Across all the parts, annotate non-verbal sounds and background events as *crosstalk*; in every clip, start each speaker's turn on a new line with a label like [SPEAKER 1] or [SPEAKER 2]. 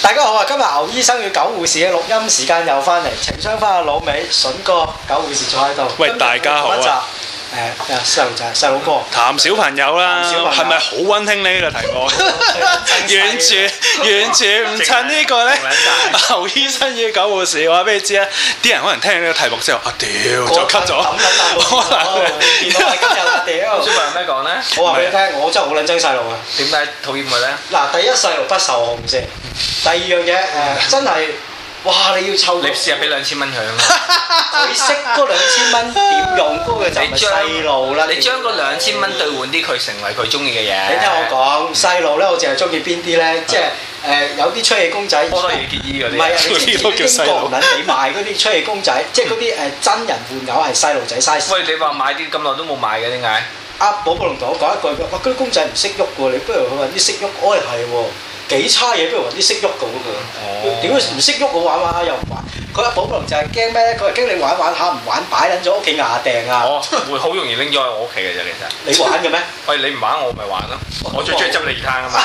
[SPEAKER 1] 大家好啊！今日牛醫生與狗護士嘅錄音時間又翻嚟，情商翻阿老尾，筍哥狗護士坐喺度。
[SPEAKER 2] 喂
[SPEAKER 1] 今日
[SPEAKER 2] 大家好啊
[SPEAKER 1] 講一集！啊誒誒，細路仔細佬哥，
[SPEAKER 2] 談小朋友啦
[SPEAKER 1] 談小朋，友
[SPEAKER 2] 係咪好温馨呢個題目？ *laughs* 完
[SPEAKER 1] *laughs*
[SPEAKER 2] 全完全唔襯呢個呢
[SPEAKER 3] 靜撚
[SPEAKER 2] 牛醫生與狗護士，我話俾你知啊！啲人可能聽呢個題目之後，啊屌就 cut 咗，
[SPEAKER 1] 抌撚下部電腦電腦係今日啦屌！
[SPEAKER 3] 小朋友咩講咧？
[SPEAKER 1] 我話俾你聽，我真係好撚憎細路啊！
[SPEAKER 3] 點解討厭佢咧？
[SPEAKER 1] 嗱，第一細路不受控制，第二樣嘢誒、呃真係，哇！你要湊
[SPEAKER 3] 你
[SPEAKER 1] 佢
[SPEAKER 3] 試下俾兩千蚊佢啊嘛！
[SPEAKER 1] 佢識嗰兩千蚊點用嗰個就係
[SPEAKER 3] 你將
[SPEAKER 1] 細路啦。
[SPEAKER 3] 你將嗰兩千蚊兌換啲佢成為佢中意嘅嘢。
[SPEAKER 1] 你聽我講，細路咧，我淨係中意邊啲咧？即係誒有啲吹氣公仔，
[SPEAKER 3] 波多野
[SPEAKER 1] 唔
[SPEAKER 3] 結衣嗰啲。 *laughs*
[SPEAKER 1] 係啊！
[SPEAKER 2] 嗰
[SPEAKER 1] 你
[SPEAKER 2] 啲
[SPEAKER 1] 知唔
[SPEAKER 2] 都
[SPEAKER 1] 知
[SPEAKER 2] 叫
[SPEAKER 1] 英
[SPEAKER 2] 細路
[SPEAKER 1] 國唔撚俾賣嗰啲吹氣公仔，即係嗰啲誒真人玩偶係細路仔 size。
[SPEAKER 3] 喂，你話買啲咁耐都冇買嘅，點解？
[SPEAKER 1] 阿寶寶龍同我講一句，哇！嗰啲公仔唔識喐喎，你不如去揾啲識喐。我係喎，幾差嘢，不如揾啲識喐嘅嗰個。點解唔識喐？我玩玩下又唔玩。佢阿寶寶龍就係驚咩咧？佢話驚你玩玩下唔玩，擺撚咗屋企牙掟啊！
[SPEAKER 3] 我會好容易拎咗去我屋企嘅啫，其實。
[SPEAKER 1] 你玩嘅咩？
[SPEAKER 3] 喂，你唔玩我咪玩咯，我最中意執你二攤
[SPEAKER 1] *laughs*
[SPEAKER 3] 啊嘛。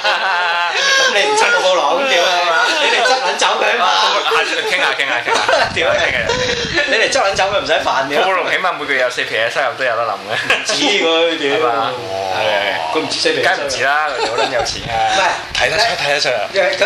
[SPEAKER 1] 咁你唔執我個狼屌你！你嚟執撚走佢啊嘛！
[SPEAKER 3] 下次傾下傾下傾下，
[SPEAKER 1] 屌你
[SPEAKER 3] 傾下
[SPEAKER 1] 你嚟執撚走佢唔使煩你
[SPEAKER 3] 波
[SPEAKER 1] 啦
[SPEAKER 3] 波。龍起碼每個月有四皮嘢收入都有得諗
[SPEAKER 1] 指
[SPEAKER 3] 嘅，
[SPEAKER 1] 佢屌
[SPEAKER 3] 係嘛？係。
[SPEAKER 1] 佢唔知識
[SPEAKER 3] 梗係唔止啦，佢哋好撚有錢
[SPEAKER 1] 唔
[SPEAKER 3] 啊！
[SPEAKER 1] 係
[SPEAKER 2] 睇得出睇得出啊！
[SPEAKER 1] 因為佢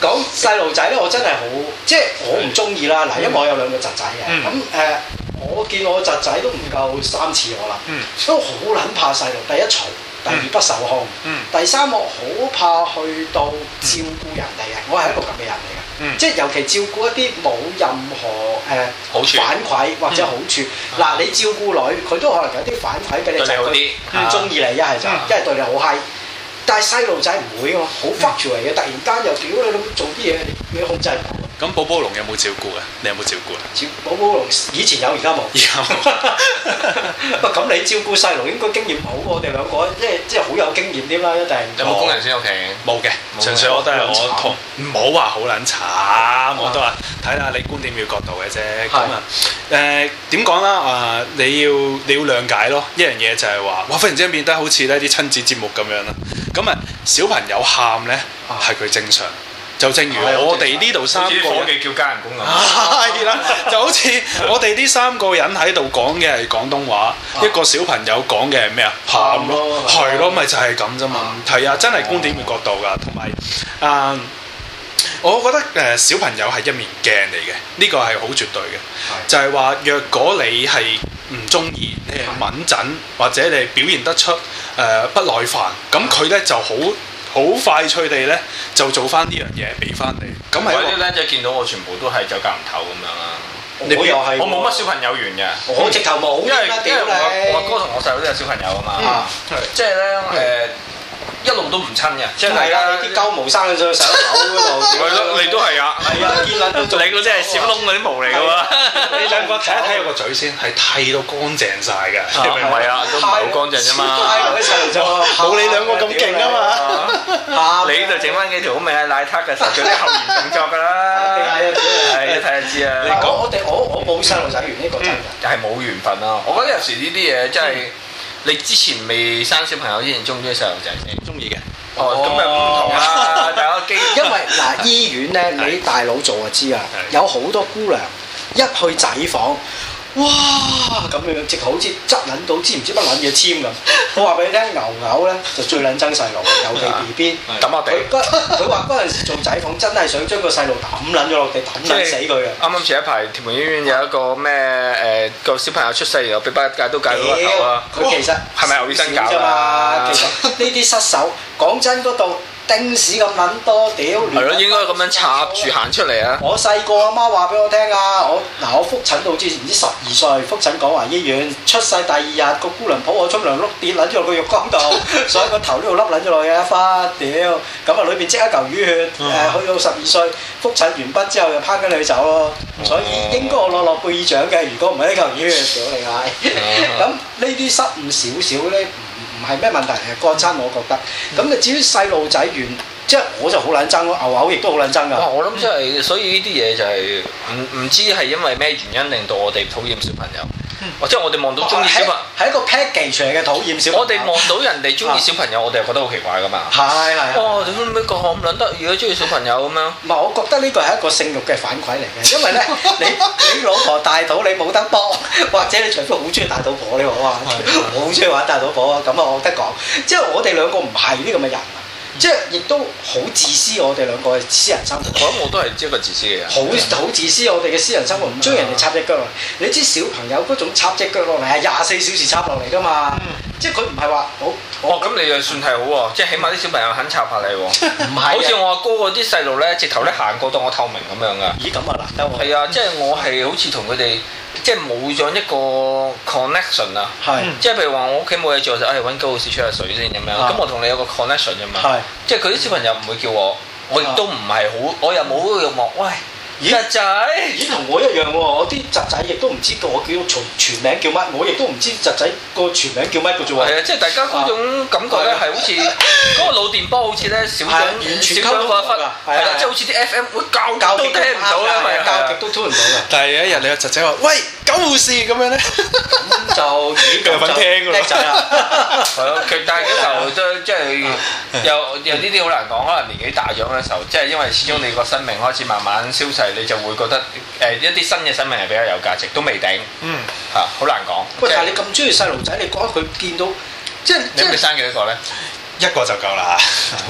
[SPEAKER 1] 講細路仔咧，我真係好即係我唔中意啦。嗱，
[SPEAKER 2] 嗯
[SPEAKER 1] 因為我有兩個侄仔嘅，咁誒、我見我侄仔都唔夠三次我啦，
[SPEAKER 2] 嗯
[SPEAKER 1] 都好撚怕細路。第一嘈，第二不受控，
[SPEAKER 2] 嗯
[SPEAKER 1] 第三我好怕去到照顧人哋嘅。我係一個咁嘅人嚟嘅，
[SPEAKER 2] 嗯
[SPEAKER 1] 即係尤其照顧一啲冇任何誒、
[SPEAKER 3] 好處
[SPEAKER 1] 反饋或者好處。嗱、你照顧女，佢都可能有啲反饋俾你，
[SPEAKER 3] 嗯對你好啲
[SPEAKER 1] 就係佢
[SPEAKER 3] 啊
[SPEAKER 1] 唔中意你，一係就
[SPEAKER 2] 嗯
[SPEAKER 1] 一係對你好嗨。但係細路仔唔會啊嘛，
[SPEAKER 3] 嗯
[SPEAKER 1] 好 f l u c t u a 嘅，突然間又屌你老母做啲嘢，你控制唔到。
[SPEAKER 2] 咁寶寶龍有冇照顧啊？你有冇照顧啊？
[SPEAKER 1] 照寶寶龍以前有，而家
[SPEAKER 3] *laughs*
[SPEAKER 1] 冇。 *laughs*
[SPEAKER 2] 有
[SPEAKER 1] 喂，咁你照顧細路應該經驗好過我哋兩個，即係即係好有經驗添啦，一定。
[SPEAKER 3] 有冇工啊人先屋企？
[SPEAKER 2] 冇嘅，純粹我都係我同唔好話好撚慘，我都話睇下你觀點與角度嘅啫。咁啊誒點講啦？啊、你要你要諒解咯。一樣嘢就係話，哇！忽然之間變得好似呢啲親子節目咁樣啦。咁啊，小朋友喊咧
[SPEAKER 1] 啊
[SPEAKER 2] 係佢正常，就正如
[SPEAKER 1] 係
[SPEAKER 2] 我哋呢度三
[SPEAKER 3] 好
[SPEAKER 2] 個
[SPEAKER 3] 似啲伙
[SPEAKER 2] 人。
[SPEAKER 3] 計叫加人工咁。
[SPEAKER 2] *laughs* 係啦，就好似我哋呢三個人喺度講嘅係廣東話，一個小朋友講嘅係咩啊？喊啊咯，
[SPEAKER 1] 喊咯
[SPEAKER 2] 係咯，咪就係咁啫嘛。係啊，真係觀點嘅角度噶，同埋啊，我覺得誒、呃小朋友係一面鏡嚟嘅，呢、個係好絕對嘅。就係話，若果你係唔中意，你係敏陣，或者你表現得出誒、呃不耐煩，咁佢咧就好好快脆地咧就做翻呢樣嘢俾翻你，咁係
[SPEAKER 3] 我
[SPEAKER 2] 一
[SPEAKER 3] 啲
[SPEAKER 2] 個
[SPEAKER 3] 僆仔見到我全部都係走夾唔唞咁樣啦。
[SPEAKER 2] 你
[SPEAKER 1] 我又係喎，
[SPEAKER 3] 我冇乜小朋友緣嘅，
[SPEAKER 1] 我直頭冇
[SPEAKER 3] 因為
[SPEAKER 1] 添啦，
[SPEAKER 3] 因為
[SPEAKER 1] 屌
[SPEAKER 3] 我我阿
[SPEAKER 1] 你！
[SPEAKER 3] 哥同我細佬都有小朋友啊嘛
[SPEAKER 1] 啊，
[SPEAKER 3] 即係咧誒一路都唔親嘅，即係大
[SPEAKER 1] 嗯係
[SPEAKER 3] 家
[SPEAKER 1] 啦，你啲鳩毛生咗上手嗰度，
[SPEAKER 3] 係咯，你都係啊，
[SPEAKER 1] 係啊，見撚到做
[SPEAKER 3] 你嗰啲係小窿嗰啲毛嚟㗎嘛，
[SPEAKER 2] 你兩個睇一睇個嘴先，係剃到乾淨晒㗎，
[SPEAKER 3] *laughs* 你明唔明啊？都唔係好乾淨啫嘛
[SPEAKER 1] 啲。細路仔
[SPEAKER 2] 冇你兩個咁勁啊嘛！
[SPEAKER 1] 嘛
[SPEAKER 3] 你就整翻幾條好命嘅奶塔嘅時候，做啲後延動作㗎啦。
[SPEAKER 1] 係啊係啊
[SPEAKER 3] 係一睇就知啊。
[SPEAKER 1] 我我哋我我冇細路仔緣呢個真嘅，
[SPEAKER 3] 係冇緣分啦。我覺得有時呢啲嘢真
[SPEAKER 1] 嗯
[SPEAKER 3] 係你之前未生小朋友之前中唔中意細路仔先？
[SPEAKER 2] 中意嘅，
[SPEAKER 3] 哦，咁咪唔同啦，大家基
[SPEAKER 1] 因為嗱醫院咧，你大佬做就知啊，
[SPEAKER 2] 係
[SPEAKER 1] 有好多姑娘一去仔房。哇！咁樣直頭好似執撚到知唔知乜撚嘢簽
[SPEAKER 3] *laughs*
[SPEAKER 1] 咁。我話俾你聽，牛牛咧就最撚憎細路，尤
[SPEAKER 3] 啊
[SPEAKER 1] 其 B
[SPEAKER 3] *laughs*
[SPEAKER 1] B。
[SPEAKER 3] 抌下地
[SPEAKER 1] 佢。嗰佢話嗰陣時做仔房真係想將個細路抌撚咗落地，抌撚死佢啊嘅。
[SPEAKER 3] 啱啱前一排屯門醫院有一個咩誒個小朋友出世，然後俾把戒刀戒到個頭啊！
[SPEAKER 1] 佢其實
[SPEAKER 3] 係咪牛醫生搞啊
[SPEAKER 1] 啫嘛？
[SPEAKER 3] 㗎
[SPEAKER 1] 其實呢啲失手，講真嗰度丁屎咁撚多，屌！
[SPEAKER 3] 係咯，應該咁樣插住。行出嚟啊！
[SPEAKER 1] 我細個阿媽話俾我聽啊，我嗱我覆診到之前唔知十二歲，覆診講話醫院出世第二日個姑娘抱我沖涼碌跌撚咗落個浴缸度， *laughs* 所以個頭呢度笠撚咗落去一花，屌！咁啊裏邊即刻嚿魚血，嗯誒、去到十二歲覆診完畢之後就拋緊你走咯，所以應該我攞諾貝爾獎嘅，如果唔係呢嚿魚血，屌你嗌！咁呢啲失誤少少咧，唔唔係咩問題嚟嘅，過親我覺得。咁你至於細路仔完，即係我就好撚憎咯，牛牛亦都好撚憎
[SPEAKER 3] 哇！
[SPEAKER 1] 噶。
[SPEAKER 3] 我諗真係，所以呢啲嘢就係唔唔知係因為咩原因令到我哋討厭小朋友，
[SPEAKER 1] 嗯
[SPEAKER 3] 或者我哋望到中意小朋，
[SPEAKER 1] 哦係係一個 package 嚟嘅討厭小朋友。
[SPEAKER 3] 我哋望到人哋中意小朋友，我哋又覺得好奇怪噶嘛。
[SPEAKER 1] 係係。係
[SPEAKER 3] 哦，點解美國咁撚得意嘅中意小朋友咁樣？
[SPEAKER 1] 唔係，我覺得呢個係一個性慾嘅反饋嚟
[SPEAKER 3] *laughs*
[SPEAKER 1] 嘅，因為咧，你你老婆大肚你冇得幫， *laughs* 或者你丈夫好中意大肚婆，你話哇，我好中意玩大肚婆啊，咁啊，我得講，即係我哋兩個唔係呢咁嘅人啊，即係亦都好自私，我哋兩個嘅私人生活。
[SPEAKER 3] 我諗我都係一個自私嘅人。
[SPEAKER 1] 好好自私，我哋嘅私人生活唔中意人哋插只腳落嚟。你知小朋友嗰種插只腳落嚟係廿四小時插落嚟㗎嘛？即係佢唔係話好，
[SPEAKER 3] 嗯哦，
[SPEAKER 1] 我
[SPEAKER 3] 咁你又算係好喎，即係起碼啲小朋友肯插下你喎。
[SPEAKER 1] 唔係
[SPEAKER 3] 好似
[SPEAKER 1] 啊
[SPEAKER 3] 我阿哥嗰啲細路咧，直頭咧行過當我透明咁樣噶。
[SPEAKER 1] 咦咁啊難得喎，
[SPEAKER 3] 係啊，即係我係好似同佢哋即係冇咗一個 connection 啊。
[SPEAKER 1] 係
[SPEAKER 3] 即係譬如話我屋企冇嘢做就誒揾高老師吹下水先咁樣，
[SPEAKER 1] 嗯啊
[SPEAKER 3] 咁我同你有個 connection 啫嘛。
[SPEAKER 1] 係啊
[SPEAKER 3] 即係佢啲小朋友唔會叫我，我亦都唔係好，我又冇嗰個欲望。喂，
[SPEAKER 1] 咦
[SPEAKER 3] 日仔，
[SPEAKER 1] 咦同我一樣喎，我啲侄仔亦都唔知我叫全全名叫乜，我亦都唔知侄仔個全名叫乜嘅啫喎。
[SPEAKER 3] 係啊，即係大家嗰種感覺咧，
[SPEAKER 1] 啊 *laughs*
[SPEAKER 3] 係好似嗰個腦電波，好似咧少咗
[SPEAKER 1] 係啊完全
[SPEAKER 3] 少咗
[SPEAKER 1] 溝通唔
[SPEAKER 3] 個
[SPEAKER 1] 到
[SPEAKER 3] 忽，
[SPEAKER 1] 㗎係啊
[SPEAKER 3] 係啦
[SPEAKER 1] 係啊，
[SPEAKER 3] 即係好似啲 FM 會教
[SPEAKER 1] 教
[SPEAKER 3] 教都聽唔到啦，係啊係
[SPEAKER 1] 教
[SPEAKER 3] 啊
[SPEAKER 1] 極。都推唔到㗎。
[SPEAKER 2] 但係有一日你個侄仔話：喂，狗護士咁樣咧，
[SPEAKER 1] 咁就咦
[SPEAKER 2] 佢有份
[SPEAKER 1] 咁就
[SPEAKER 2] 聽㗎啦
[SPEAKER 1] 叻仔啦。*laughs*
[SPEAKER 3] 係咯，佢但係嗰時候都即係又又呢啲好難講，可能年紀大咗嘅時候，即係因為始終你個生命開始慢慢消逝，你就會覺得誒、一啲新嘅生命係比較有價值，都未頂
[SPEAKER 2] 嗯，
[SPEAKER 3] 嚇，好、難講。
[SPEAKER 1] 喂，但係
[SPEAKER 3] 即
[SPEAKER 1] 你咁中意細路仔，你覺得佢見到即係
[SPEAKER 3] 你
[SPEAKER 1] 即
[SPEAKER 3] 你咪
[SPEAKER 1] 係
[SPEAKER 3] 生幾多個咧？
[SPEAKER 2] 一個就夠啦。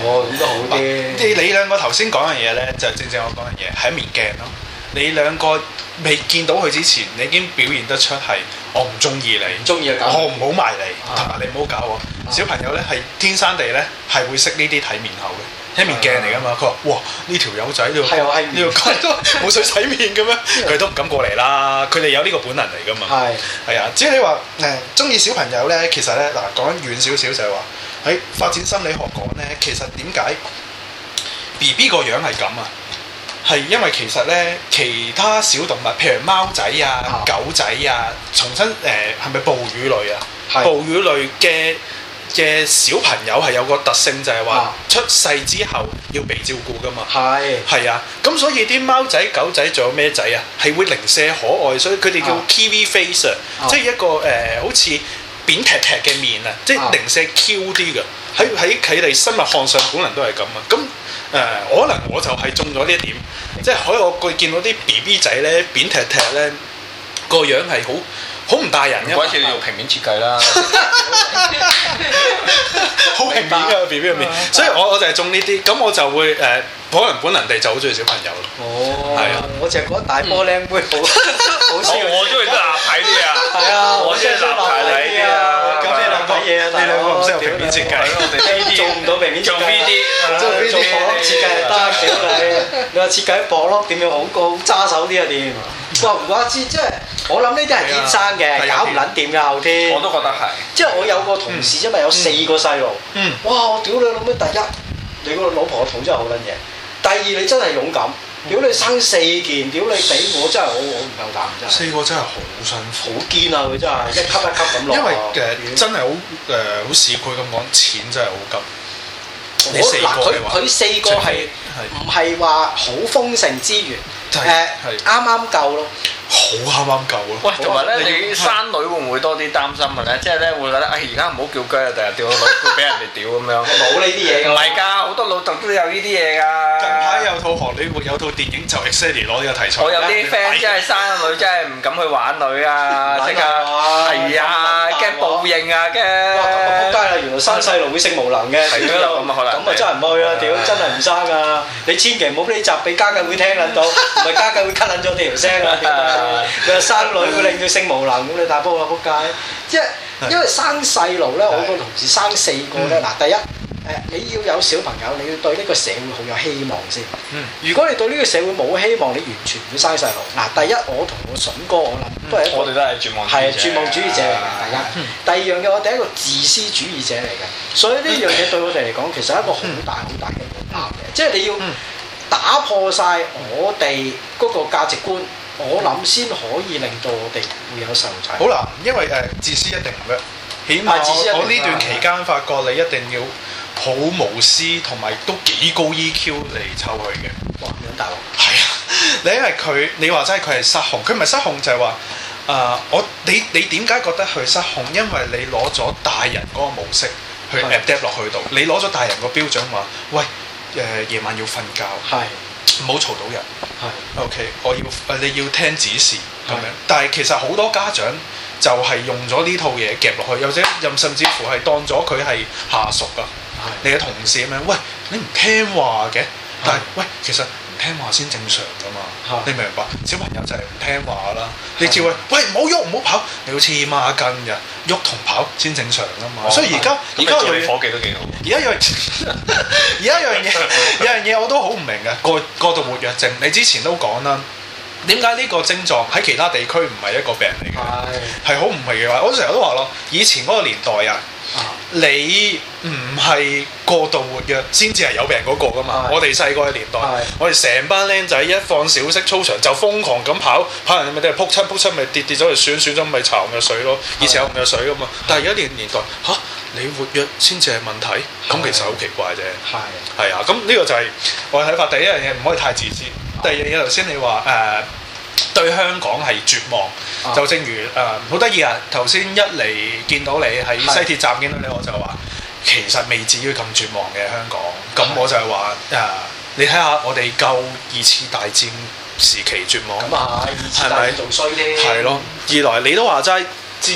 [SPEAKER 1] 哦咁都好
[SPEAKER 2] 嗱
[SPEAKER 1] 啲。
[SPEAKER 2] 你你兩個頭先講嘅嘢咧，就正正我講嘅嘢係一面鏡咯。你兩個未見到佢之前，你已經表現得出係我唔中意你，
[SPEAKER 1] 中意啊
[SPEAKER 2] 我唔好埋你，
[SPEAKER 1] 啊
[SPEAKER 2] 同埋你唔好搞我。小朋友咧係天生地咧係會識呢啲睇面口嘅，一面鏡嚟噶嘛。佢話：哇，呢條友仔
[SPEAKER 1] 啊
[SPEAKER 2] 呢
[SPEAKER 1] 係啊係
[SPEAKER 2] 個呢個咁多冇水洗
[SPEAKER 1] *laughs*
[SPEAKER 2] 面咁樣，佢都唔敢過嚟啦。佢哋有呢個本能嚟噶嘛。
[SPEAKER 1] 係
[SPEAKER 2] 係啊，只係你話誒中意小朋友咧，其實咧嗱講遠少少就係話喺發展心理學講咧，其實點解 B B 個樣係咁啊？係因為其實咧，其他小動物，譬如貓仔啊
[SPEAKER 1] 啊、
[SPEAKER 2] 狗仔啊，重新誒係咪哺乳類啊？
[SPEAKER 1] 係
[SPEAKER 2] 哺乳類嘅嘅小朋友係有個特性就係話
[SPEAKER 1] 啊
[SPEAKER 2] 出世之後要被照顧噶嘛。
[SPEAKER 1] 係。
[SPEAKER 2] 係啊，咁所以啲貓仔、狗仔仲有咩仔啊？係會零舍可愛，所以佢哋叫
[SPEAKER 1] 啊
[SPEAKER 2] kiwi face 啊，
[SPEAKER 1] 啊
[SPEAKER 2] 即係一個誒、呃好似扁踢踢嘅面啊，即係
[SPEAKER 1] 啊
[SPEAKER 2] 零舍 Q 啲嘅。喺喺佢哋生物項上本能都係咁啊。咁誒、呃可能我就係中咗呢一點，即係喺我佢見到啲 B B 仔咧扁踢踢咧個樣係好好唔大人
[SPEAKER 3] 唔
[SPEAKER 2] 嘅
[SPEAKER 3] 怪之要用平面設計
[SPEAKER 1] 啊
[SPEAKER 3] 啦，
[SPEAKER 2] 好平面嘅 B B 入面，
[SPEAKER 1] 啊
[SPEAKER 2] 所以我我就係中呢啲，咁我就會誒、呃可能本能地就好中意小朋友咯。
[SPEAKER 1] 哦，
[SPEAKER 2] 係啊
[SPEAKER 1] 我淨係覺得大波靚妹好，好
[SPEAKER 3] 我我中意得立體啲
[SPEAKER 1] *laughs*
[SPEAKER 3] 啊，
[SPEAKER 1] 係啊，
[SPEAKER 3] 我中意立體啲啊，
[SPEAKER 1] 咁你兩個嘢啊，
[SPEAKER 2] 你兩個唔識用平面設計
[SPEAKER 3] 係咯我哋呢啲啊
[SPEAKER 1] 做唔到平面設計
[SPEAKER 3] 做 V D，
[SPEAKER 1] 做做薄碌設計就得，屌你！你話設計薄碌點樣好高揸手啲啊？掂？哇！唔怪之，即係我諗呢啲係天生
[SPEAKER 2] 係
[SPEAKER 1] 嘅，搞
[SPEAKER 2] 啊
[SPEAKER 1] 唔撚掂㗎後天。
[SPEAKER 3] 我都覺得係。
[SPEAKER 1] 即係我有個同事，因為有四個細路，
[SPEAKER 2] 嗯
[SPEAKER 1] 哇！我屌你老味，第一你個老婆個肚真係好撚嘢，第二你真係勇敢，屌你生四件，屌你俾我真係我我唔夠膽真係，
[SPEAKER 2] 四個真係好辛苦。
[SPEAKER 1] 好堅啊佢真係一級一級咁落啊。
[SPEAKER 2] 因為誒、
[SPEAKER 1] 屌
[SPEAKER 2] 真係好誒好市儈咁講，錢真係好急。你
[SPEAKER 1] 我
[SPEAKER 2] 四個
[SPEAKER 1] 嗱佢
[SPEAKER 2] 嘅話
[SPEAKER 1] 佢四個係
[SPEAKER 2] 係
[SPEAKER 1] 唔係話好豐盛之源？
[SPEAKER 2] 係
[SPEAKER 1] 誒
[SPEAKER 2] 係
[SPEAKER 1] 啱啱夠咯，
[SPEAKER 2] 好啱啱夠咯。
[SPEAKER 3] 喂，同埋咧，你生女會唔會多啲擔心嘅咧？即係咧會覺得，哎，而家唔好叫雞啊，第日掉個女會俾人哋屌咁樣。
[SPEAKER 1] 冇呢啲嘢㗎。
[SPEAKER 3] 唔係㗎，好多老豆都有呢啲嘢㗎。
[SPEAKER 2] 近排有套荷里活有套電影就 exactly 攞呢個題材。
[SPEAKER 3] 我有啲 friend 真係生女，真係唔敢去玩女啊，即刻係啊，驚報應啊，
[SPEAKER 1] 哇！咁啊撲街
[SPEAKER 3] 驚。
[SPEAKER 1] 啦，原來生細路會性無能嘅，
[SPEAKER 3] 係
[SPEAKER 1] 屌
[SPEAKER 3] 都有咁嘅可能
[SPEAKER 1] 咁啊真係唔去啦，屌真係唔生啊！你千祈唔好呢集俾家計會聽
[SPEAKER 3] *laughs*
[SPEAKER 1] 撚到，唔係家計會 cut 撚咗條聲啊！屌你話生女會令到性無能，咁你大波啦撲街！即係因為生細路咧，我個同事生四個咧，
[SPEAKER 3] 嗯
[SPEAKER 1] 嗱第一。誒，你要有小朋友，你要對呢個社會好有希望先。
[SPEAKER 2] 嗯
[SPEAKER 1] 如果你對呢個社會冇希望，你完全唔會生細路。嗱，第一，我同我筍哥，我諗都係一個
[SPEAKER 3] 嗯我哋都係絕望。
[SPEAKER 1] 係啊，啊絕望主義者嚟
[SPEAKER 2] 嗯
[SPEAKER 1] 嘅，第一。第二樣嘢，我哋係一個自私主義者嚟嘅，所以呢樣嘢對我哋嚟講，其實係一個好大好大嘅門
[SPEAKER 2] 嗯
[SPEAKER 1] 檻嘅，即係你要打破晒我哋嗰個價值觀，我諗先可以令到我哋會有細路仔。
[SPEAKER 2] 嗯好難，因為誒、自私一定唔得。起碼
[SPEAKER 1] 啊自私一定唔得
[SPEAKER 2] 我呢段期間發覺你一定要好無私同埋都幾高 EQ 嚟湊佢嘅。
[SPEAKER 1] 哇，咁樣大鑊，
[SPEAKER 2] 係啊，你因為佢，你話齋佢係失控，佢唔係失控就係話啊、我你你點解覺得佢失控？因為你攞咗大人嗰個模式去
[SPEAKER 1] 係
[SPEAKER 2] adapt 落去度，你攞咗大人個標準話，喂誒、夜晚要瞓覺，
[SPEAKER 1] 係
[SPEAKER 2] 唔好嘈到人。
[SPEAKER 1] 係
[SPEAKER 2] OK，我要誒你要聽指示咁樣
[SPEAKER 1] 係，
[SPEAKER 2] 但係其實好多家長就係用咗呢套嘢夾落去，又或者任甚至乎係當咗佢係下屬啊，
[SPEAKER 1] 係
[SPEAKER 2] 你嘅同事咁樣，喂你唔聽話嘅，但係喂其實唔聽話先正常噶嘛
[SPEAKER 1] 係，
[SPEAKER 2] 你明唔明白？小朋友就係唔聽話啦，你照佢喂唔好喐唔好跑，你好黐孖筋㗎，喐同跑先正常噶
[SPEAKER 3] 哦
[SPEAKER 2] 嘛，所以而家而
[SPEAKER 3] 而
[SPEAKER 2] 家
[SPEAKER 3] 家
[SPEAKER 2] 有
[SPEAKER 3] 做你
[SPEAKER 2] 嘢
[SPEAKER 3] 伙計都幾好。
[SPEAKER 2] 而家有樣，而家有樣嘢，有樣嘢我都好唔明嘅，過過度活躍症。你之前都講啦，點解呢個症狀喺其他地區唔係一個病嚟嘅？
[SPEAKER 1] 係
[SPEAKER 2] 係好唔係嘅話，我成日都話咯，以前嗰個年代啊，
[SPEAKER 1] 啊
[SPEAKER 2] 你唔係過度活躍先至係有病嗰個噶嘛。
[SPEAKER 1] 係
[SPEAKER 2] 我哋細個嘅年代
[SPEAKER 1] 係，
[SPEAKER 2] 我哋成班僆仔一放小息操場就瘋狂咁跑，跑完咪都係撲親撲親咪跌跌咗去損損咗咪搽紅藥水咯。以前有紅藥水噶嘛，但係而家年年代吓、你活躍先至係問題，咁
[SPEAKER 1] 係
[SPEAKER 2] 其實好奇怪啫。
[SPEAKER 1] 係
[SPEAKER 2] 係啊，咁呢個就係我嘅睇法。第一樣嘢唔可以太自私，第二樣嘢頭先你話誒、對香港係絕望，
[SPEAKER 1] 啊
[SPEAKER 2] 就正如誒好得意啊！頭先一嚟見到你喺西鐵站見到你，我就話其實未至於咁絕望嘅香港。咁
[SPEAKER 1] 係
[SPEAKER 2] 我就係話誒，你睇下我哋夠二次大戰時期絕望。
[SPEAKER 1] 咁啊，以前大仲衰啲，
[SPEAKER 2] 係咯，二來你都話齋戰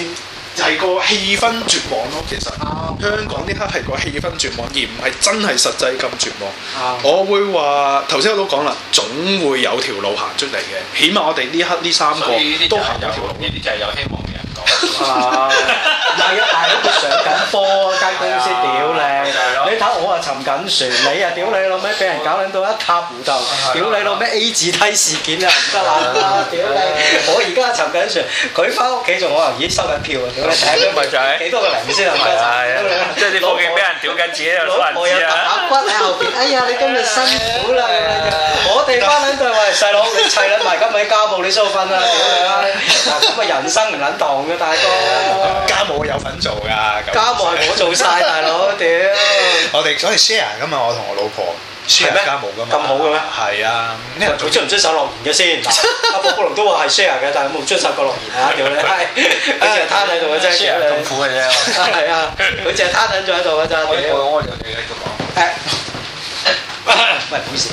[SPEAKER 2] 係個氣氛絕望咯，其實
[SPEAKER 1] 啱
[SPEAKER 2] 啊香港呢刻係個氣氛絕望，而唔係真係實際咁絕望。
[SPEAKER 1] 啱
[SPEAKER 2] 我會話頭先我都講啦，總會有條路行出嚟嘅，起碼我哋呢刻呢三個
[SPEAKER 3] 所以呢啲
[SPEAKER 2] 都
[SPEAKER 3] 就係
[SPEAKER 2] 行有條
[SPEAKER 3] 有
[SPEAKER 2] 路。
[SPEAKER 3] 呢啲就係有希望嘅人講。
[SPEAKER 1] 啊，唔係啊，大佬佢上緊科間公司屌你，你睇我啊沉緊船，你啊屌你老味俾人搞撚到一塌糊塗，屌你老味 A 字梯事件啊唔得啦，屌你！我而家沉緊船，佢翻屋企仲可能咦收緊票啊，屌你睇
[SPEAKER 3] 咪就係
[SPEAKER 1] 幾多個零先啊？唔該
[SPEAKER 3] 係啊
[SPEAKER 1] 晒屌你
[SPEAKER 3] 即係啲伙計俾人屌緊，自己又
[SPEAKER 1] 老
[SPEAKER 3] 冇
[SPEAKER 1] 婆
[SPEAKER 3] 人
[SPEAKER 1] 又
[SPEAKER 3] 知啊！
[SPEAKER 1] 打骨喺後邊，哎呀你今日辛苦啦咁樣。我哋班撚對喂細佬，你砌撚埋今日家務你蘇瞓啦，屌你！咁啊人生唔撚同嘅大哥。
[SPEAKER 2] 家務有份做㗎，咁
[SPEAKER 1] 家務係我做晒，大佬，屌！
[SPEAKER 2] 我哋我哋 share 㗎嘛，我同我老婆 share
[SPEAKER 1] 係咩
[SPEAKER 2] 家務㗎嘛，
[SPEAKER 1] 咁好嘅咩
[SPEAKER 2] 係啊，呢人做
[SPEAKER 1] 佢遵唔遵守諾言嘅先？嗱阿布布龍都話係 share 嘅，但係冇遵守過諾言啊！屌你，佢淨係攤喺度嘅啫，屌
[SPEAKER 3] 咁
[SPEAKER 1] 你！
[SPEAKER 3] 苦嘅啫。
[SPEAKER 1] 係啊，佢淨係攤喺咗喺度嘅咋，
[SPEAKER 3] 我
[SPEAKER 1] 屌！
[SPEAKER 3] 我我哋繼續講。
[SPEAKER 1] 誒，啊喂，唔好意思，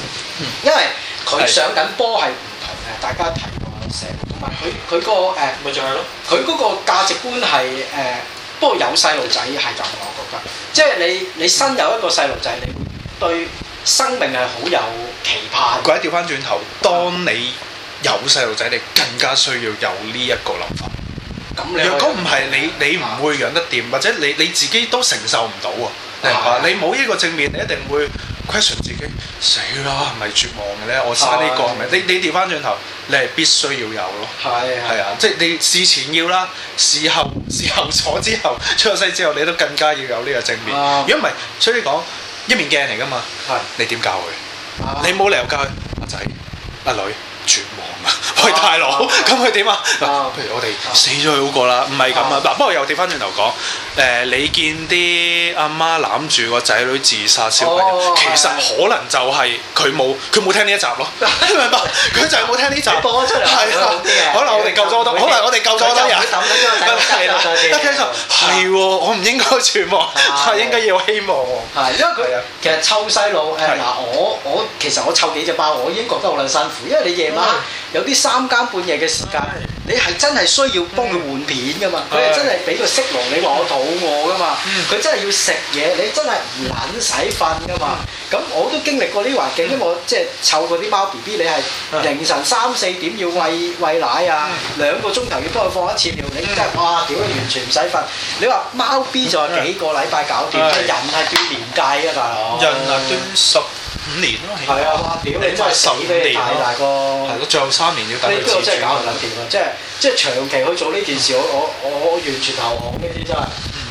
[SPEAKER 1] 因為佢上緊波係唔同嘅，大家睇過社會，同埋佢佢個誒，
[SPEAKER 2] 咪就係咯，
[SPEAKER 1] 佢嗰個價值觀係誒，不過有細路仔係咁，我覺得，即係你你新有一個細路仔，你對生命係好有期盼。
[SPEAKER 2] 或者調翻轉頭，當你有細路仔，你更加需要有呢一個諗法。
[SPEAKER 1] 咁你
[SPEAKER 2] 若果唔係你，啊你唔會養得掂，或者你你自己都承受唔到啊！你明
[SPEAKER 1] 啊
[SPEAKER 2] 白？你冇呢個正面，你一定會 question 自己死啦，係咪絕望嘅咧？我生呢個
[SPEAKER 1] 啊
[SPEAKER 2] 係咪？你你調翻轉頭，你係必須要有咯。
[SPEAKER 1] 係
[SPEAKER 2] 係啊，即係你事前要啦，事後 *laughs* 事後咗之後，出咗世之後，你都更加要有呢個正面
[SPEAKER 1] 啊。
[SPEAKER 2] 如果唔係，所以你講一面鏡嚟噶嘛，
[SPEAKER 1] 係
[SPEAKER 2] 你點教佢？
[SPEAKER 1] 啊
[SPEAKER 2] 你冇理由教佢阿仔阿女絕望啊！喂大佬，咁佢點啊？嗱
[SPEAKER 1] 啊
[SPEAKER 2] 不如我哋死咗佢好過啦，唔係咁啊！嗱，不過又調翻轉頭講，誒你見啲阿媽攬住個仔女自殺小朋友
[SPEAKER 1] 哦，
[SPEAKER 2] 其實可能就係佢冇佢冇聽呢一集
[SPEAKER 1] *laughs*
[SPEAKER 2] 咯，你明白？佢就係冇聽呢集
[SPEAKER 1] 你。播咗出嚟
[SPEAKER 2] 係
[SPEAKER 1] 會
[SPEAKER 2] 啊
[SPEAKER 1] 好啲嘅，
[SPEAKER 2] 可能我哋救咗好多，可能我哋救咗好多人
[SPEAKER 1] 佢。就唔會抌咗個仔落街
[SPEAKER 2] 係啦
[SPEAKER 1] 度再，見
[SPEAKER 2] 一聽就係喎，我唔應該絕望，
[SPEAKER 1] 係哦
[SPEAKER 2] 係應該要有希望喎。
[SPEAKER 1] 係，因為
[SPEAKER 2] 係
[SPEAKER 1] 佢
[SPEAKER 2] 啊
[SPEAKER 1] 其實湊細路誒
[SPEAKER 2] 係
[SPEAKER 1] 嗱，我我其實我湊幾隻包，我已經覺得好撚辛苦，因為你夜晚
[SPEAKER 2] 嗯
[SPEAKER 1] 有啲三更半夜嘅時間
[SPEAKER 2] 係，
[SPEAKER 1] 你係真係需要幫佢換片噶嘛，佢
[SPEAKER 2] 係嗯
[SPEAKER 1] 係真係俾個息勞你話我肚餓噶嘛，佢真係要食嘢，你真係唔撚使瞓噶嘛。
[SPEAKER 2] 嗯
[SPEAKER 1] 咁我都經歷過呢啲環境，因為我即係湊過啲貓 B B，你係
[SPEAKER 2] 嗯
[SPEAKER 1] 凌晨三四點要喂喂奶啊，兩個鐘頭要幫佢放一次尿，你真係哇屌，完全唔使瞓。你話貓 B 就係幾個禮拜搞掂，即
[SPEAKER 2] 係
[SPEAKER 1] 係人係斷年計啊，大佬。
[SPEAKER 2] 人啊，端十五年咯，起碼
[SPEAKER 1] 係啊，哇！屌你真
[SPEAKER 2] 你
[SPEAKER 1] 係
[SPEAKER 2] 真係
[SPEAKER 1] 死
[SPEAKER 2] 十五
[SPEAKER 1] 俾你
[SPEAKER 2] 年
[SPEAKER 1] 大大
[SPEAKER 2] 咯，
[SPEAKER 1] 哥。
[SPEAKER 2] 係咯，最後三年要等
[SPEAKER 1] 呢
[SPEAKER 2] 佢
[SPEAKER 1] 呢個
[SPEAKER 2] 自
[SPEAKER 1] 真係搞唔
[SPEAKER 2] 轉。
[SPEAKER 1] 撚掂啊！即係即係長期去做呢件事，我我我我完全投降呢啲真係。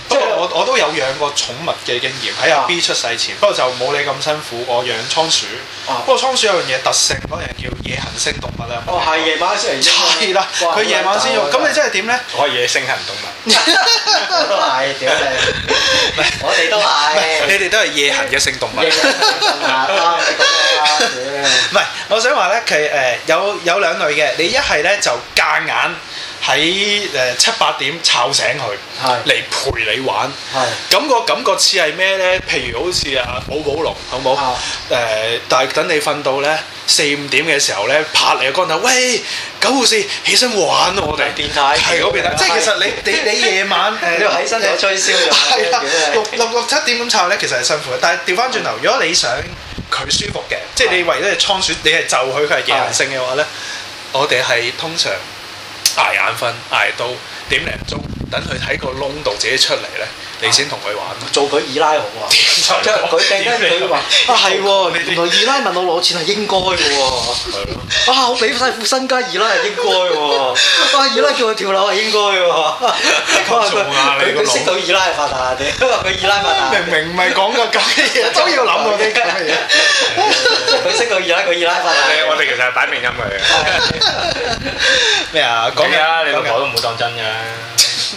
[SPEAKER 2] 不過我我都有養過寵物嘅經驗，喺
[SPEAKER 1] 啊
[SPEAKER 2] 阿 B 出世前，不過就冇你咁辛苦。我養倉鼠，
[SPEAKER 1] 啊
[SPEAKER 2] 不過倉鼠有樣嘢特性，嗰樣叫夜行性動物啊。
[SPEAKER 1] 哦，係夜晚先嚟。
[SPEAKER 2] *laughs* 係啦，佢夜晚先用，咁你真係點咧？
[SPEAKER 3] 我係野生行動物。
[SPEAKER 1] 我都係屌你！ *laughs* 我哋都係。
[SPEAKER 2] *laughs* 你哋都係夜行嘅性動物
[SPEAKER 1] 夜。晚啦，你咁樣啦，
[SPEAKER 2] *laughs* 唔係，我想話咧，佢誒有有兩類嘅，你一係咧就夾硬喺誒七八點吵醒佢，
[SPEAKER 1] 係
[SPEAKER 2] 嚟陪你玩。
[SPEAKER 1] 係
[SPEAKER 2] 咁個感覺似係咩咧？譬如好似啊寶寶龍，好冇？誒、
[SPEAKER 1] 啊
[SPEAKER 2] 但係等你瞓到咧四五點嘅時候咧，拍你個光頭，喂，九護士起身玩我哋
[SPEAKER 1] 係變態
[SPEAKER 2] 係嗰邊態即係其實你你你夜晚誒
[SPEAKER 1] *laughs* 你要起身同我吹簫就
[SPEAKER 2] 係啊啦
[SPEAKER 1] 屌你，
[SPEAKER 2] 六六六七點咁湊咧，其實係辛苦嘅。但係調翻轉頭，如果你想佢舒服嘅，即係你為咗隻倉鼠，你係就佢佢係夜行性嘅話咧，
[SPEAKER 1] 啊
[SPEAKER 2] 我哋係通常捱眼瞓，捱到點零鐘，等佢喺個窿度自己出嚟咧，你先同佢玩咯。
[SPEAKER 1] 做佢二奶好啊！
[SPEAKER 2] *laughs*
[SPEAKER 1] 即係佢突然間佢話啊係喎，原來二奶問我攞錢係應該嘅喎，
[SPEAKER 2] 係咯
[SPEAKER 1] 啊我俾晒副身家二奶係應該喎，啊二奶叫佢跳樓係應該喎，哇
[SPEAKER 2] 做啊
[SPEAKER 1] 佢
[SPEAKER 2] 你個
[SPEAKER 1] 佢
[SPEAKER 2] 腦
[SPEAKER 1] 識到二奶發達，
[SPEAKER 2] *laughs*
[SPEAKER 1] 屌佢二奶發達。
[SPEAKER 2] 明明唔係講個咁嘅
[SPEAKER 3] *laughs*
[SPEAKER 2] 嘢，都要諗我啲咁嘅
[SPEAKER 1] *laughs*
[SPEAKER 2] 嘢。
[SPEAKER 1] 佢識個二奶，佢二奶發
[SPEAKER 3] 我
[SPEAKER 2] 啊
[SPEAKER 3] 哋我
[SPEAKER 1] 達。
[SPEAKER 3] 哋其實係擺明音佢嘅。
[SPEAKER 2] 咩啊？
[SPEAKER 3] 講
[SPEAKER 2] 緊
[SPEAKER 3] 啊，你老
[SPEAKER 2] 講緊
[SPEAKER 3] 婆都唔會當真㗎。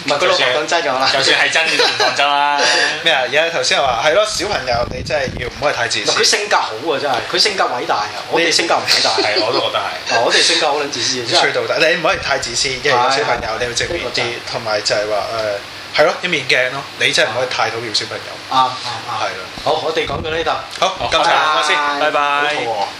[SPEAKER 1] 唔係佢老婆講真㗎嘛？
[SPEAKER 3] 就算係真都唔
[SPEAKER 2] *laughs*
[SPEAKER 3] 當真啦。
[SPEAKER 2] 咩啊？而家頭先話係咯，小朋友你真係要唔可以太自
[SPEAKER 1] 佢
[SPEAKER 2] 私。
[SPEAKER 1] 性格好啊，真係，佢性格偉大啊！我哋性格唔偉大。
[SPEAKER 2] 啊
[SPEAKER 3] 係，我都覺得係。
[SPEAKER 1] 嗱，我哋性格好撚自私嘅， *laughs* 啊真
[SPEAKER 2] 吹
[SPEAKER 1] 係。啊
[SPEAKER 2] 到底，你唔可以太自私，因為有小朋友你要正面啲，同埋就係話誒係咯，一面鏡咯，你真係唔可以太討厭小朋友。
[SPEAKER 1] 啱啱啱。
[SPEAKER 2] 係啦，啊
[SPEAKER 1] 好，我哋講到呢度。
[SPEAKER 2] 好，今集講先，拜拜
[SPEAKER 1] 好肚餓。